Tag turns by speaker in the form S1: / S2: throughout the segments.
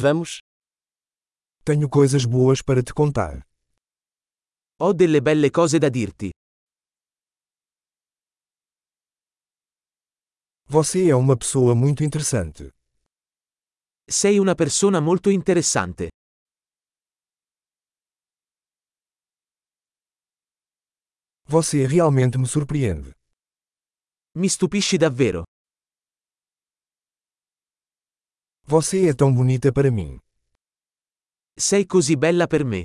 S1: Vamos.
S2: Tenho coisas boas para te contar.
S1: Ho delle belle cose da dirti.
S2: Você é uma pessoa muito interessante.
S1: Sei una persona molto interessante.
S2: Você realmente me surpreende.
S1: Mi stupisci davvero.
S2: Você é tão bonita para mim.
S1: Sei così bella per me.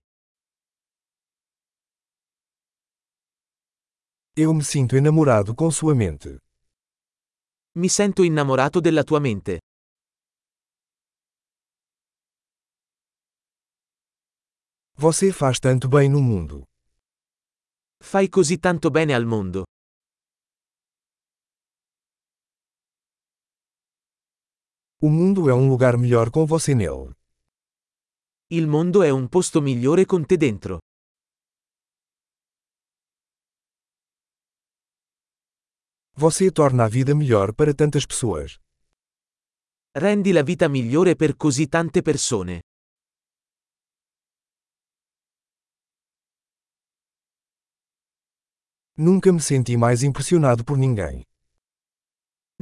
S2: Eu me sinto enamorado com sua mente.
S1: Mi sento innamorato della tua mente.
S2: Você faz tanto bem no mundo.
S1: Fai così tanto bene al mondo.
S2: O mundo é um lugar melhor com você nele.
S1: Il mondo è un posto migliore con te dentro.
S2: Você torna a vida melhor para tantas pessoas.
S1: Rendi la vita migliore per così tante persone.
S2: Nunca me senti mais impressionado por ninguém.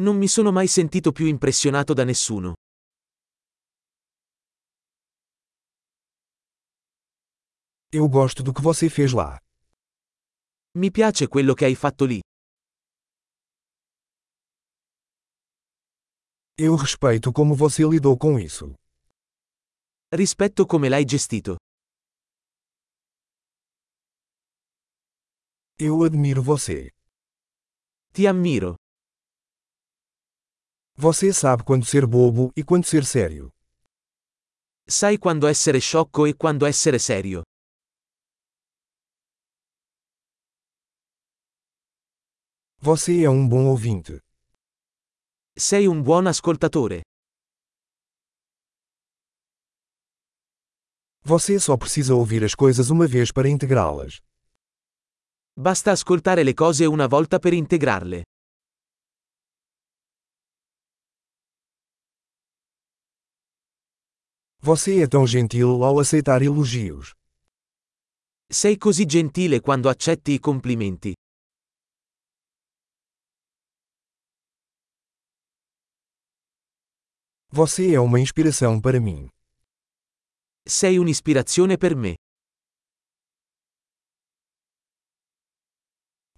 S1: Non mi sono mai sentito più impressionato da nessuno.
S2: Eu gosto do que você fez lá.
S1: Mi piace quello che hai fatto lì.
S2: Eu respeito como você lidou com isso.
S1: Rispetto come l'hai gestito.
S2: Eu admiro você.
S1: Ti ammiro.
S2: Você sabe quando ser bobo e quando ser sério.
S1: Sai quando essere sciocco e quando essere serio.
S2: Você é um bom ouvinte.
S1: Sei un buon ascoltatore.
S2: Você só precisa ouvir as coisas uma vez para integrá-las.
S1: Basta ascoltare le cose una volta per integrarle.
S2: Você é tão gentil ao aceitar elogios.
S1: Sei così gentile quando accetti i complimenti.
S2: Você é uma inspiração para mim.
S1: Sei un'ispirazione per me.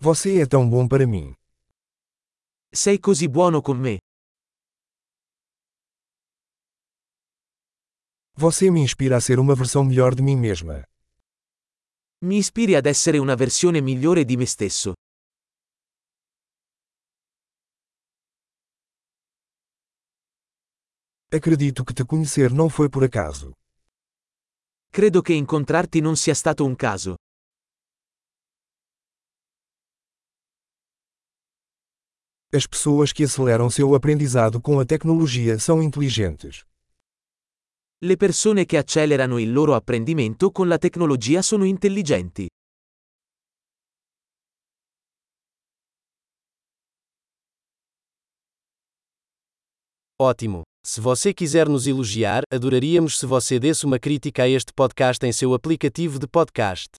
S2: Você é tão bom para mim.
S1: Sei così buono con me.
S2: Você me inspira a ser uma versão melhor de mim mesma.
S1: Mi ispiri ad essere una versione migliore di me stesso.
S2: Acredito que te conhecer não foi por acaso.
S1: Credo che incontrarti non sia stato un caso.
S2: As pessoas que aceleram seu aprendizado com a tecnologia são inteligentes.
S1: Le persone che accelerano il loro apprendimento con la tecnologia sono intelligenti.
S3: Ótimo! Se você quiser nos elogiar, adoraríamos se você desse uma crítica a este podcast em seu aplicativo de podcast.